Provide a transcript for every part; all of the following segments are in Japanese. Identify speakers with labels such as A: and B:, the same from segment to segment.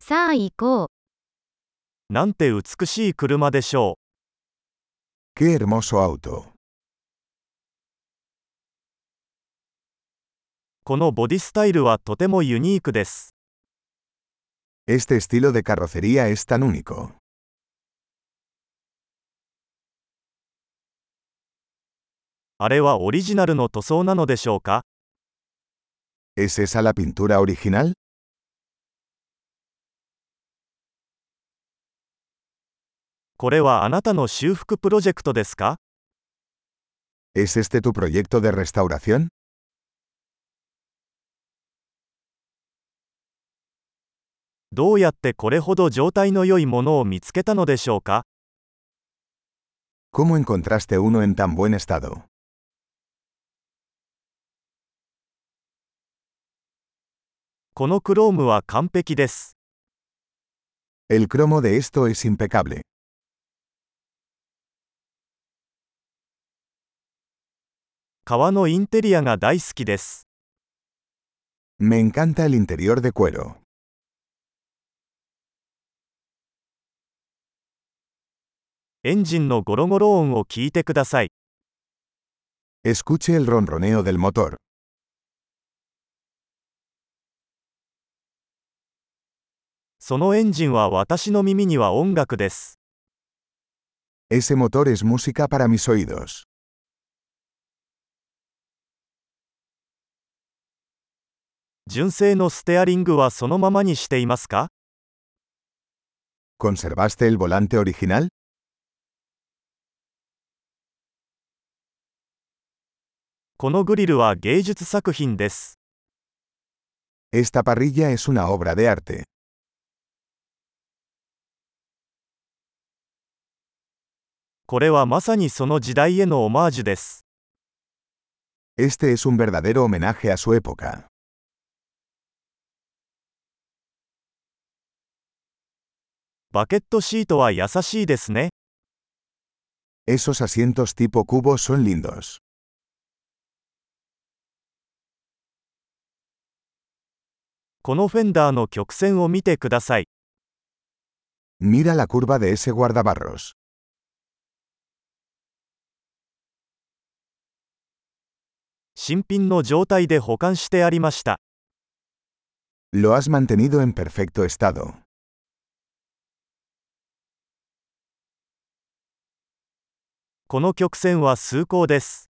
A: さあ行こう。
B: なんて美しい車でしょう。
C: Qué hermoso auto.
B: このボディスタイルはとてもユニークです。
C: Este estilo de carrocería es tan único.
B: あれはオリジナルの塗装なのでしょうか
C: ¿Es esa la pintura original?
B: これはあなたの修復プロジェクトですか
C: ¿Es este tu proyecto de restauración?
B: どうやってこれほど状態の良いものを見つけたのでしょうか
C: ¿Cómo encontraste uno en tan buen estado?
B: このクロームは完璧です。
C: El cromo de esto es impecable.
B: 革のインテリアが大好きです。
C: Me encanta el interior de cuero.
B: エンジンのゴロゴロ音を聞いてください。
C: Escuche el ronroneo del motor.
B: そのエンジンは私の耳には音楽です。
C: Ese motor es música para mis oídos.
B: 純正のステアリングはそのままにしていますか
C: ¿Conservaste el volante original?
B: このグリルは芸術作品です。
C: Esta parrilla es una obra de arte.
B: これはまさにその時代へのオマージュです。
C: Este es un verdadero homenaje a su época.
B: バケットシートは優しいですね。
C: Esos asientos tipo cubo son lindos.
B: このフェンダーの曲線を見てください。
C: Mira la curva de ese guardabarros.
B: 新品の状態で保管してありました。
C: Lo has mantenido en perfecto estado.
B: この曲線は崇高です。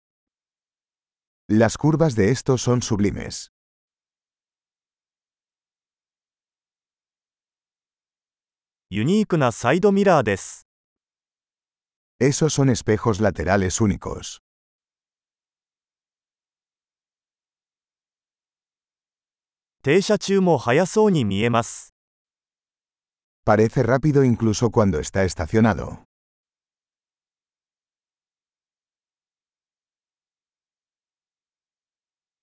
C: Las curvas de estos son sublimes.
B: ユニークなサイドミラーです。
C: Esos son espejos laterales únicos.
B: 停車中も速そうに見えます。
C: Parece rápido incluso cuando está estacionado.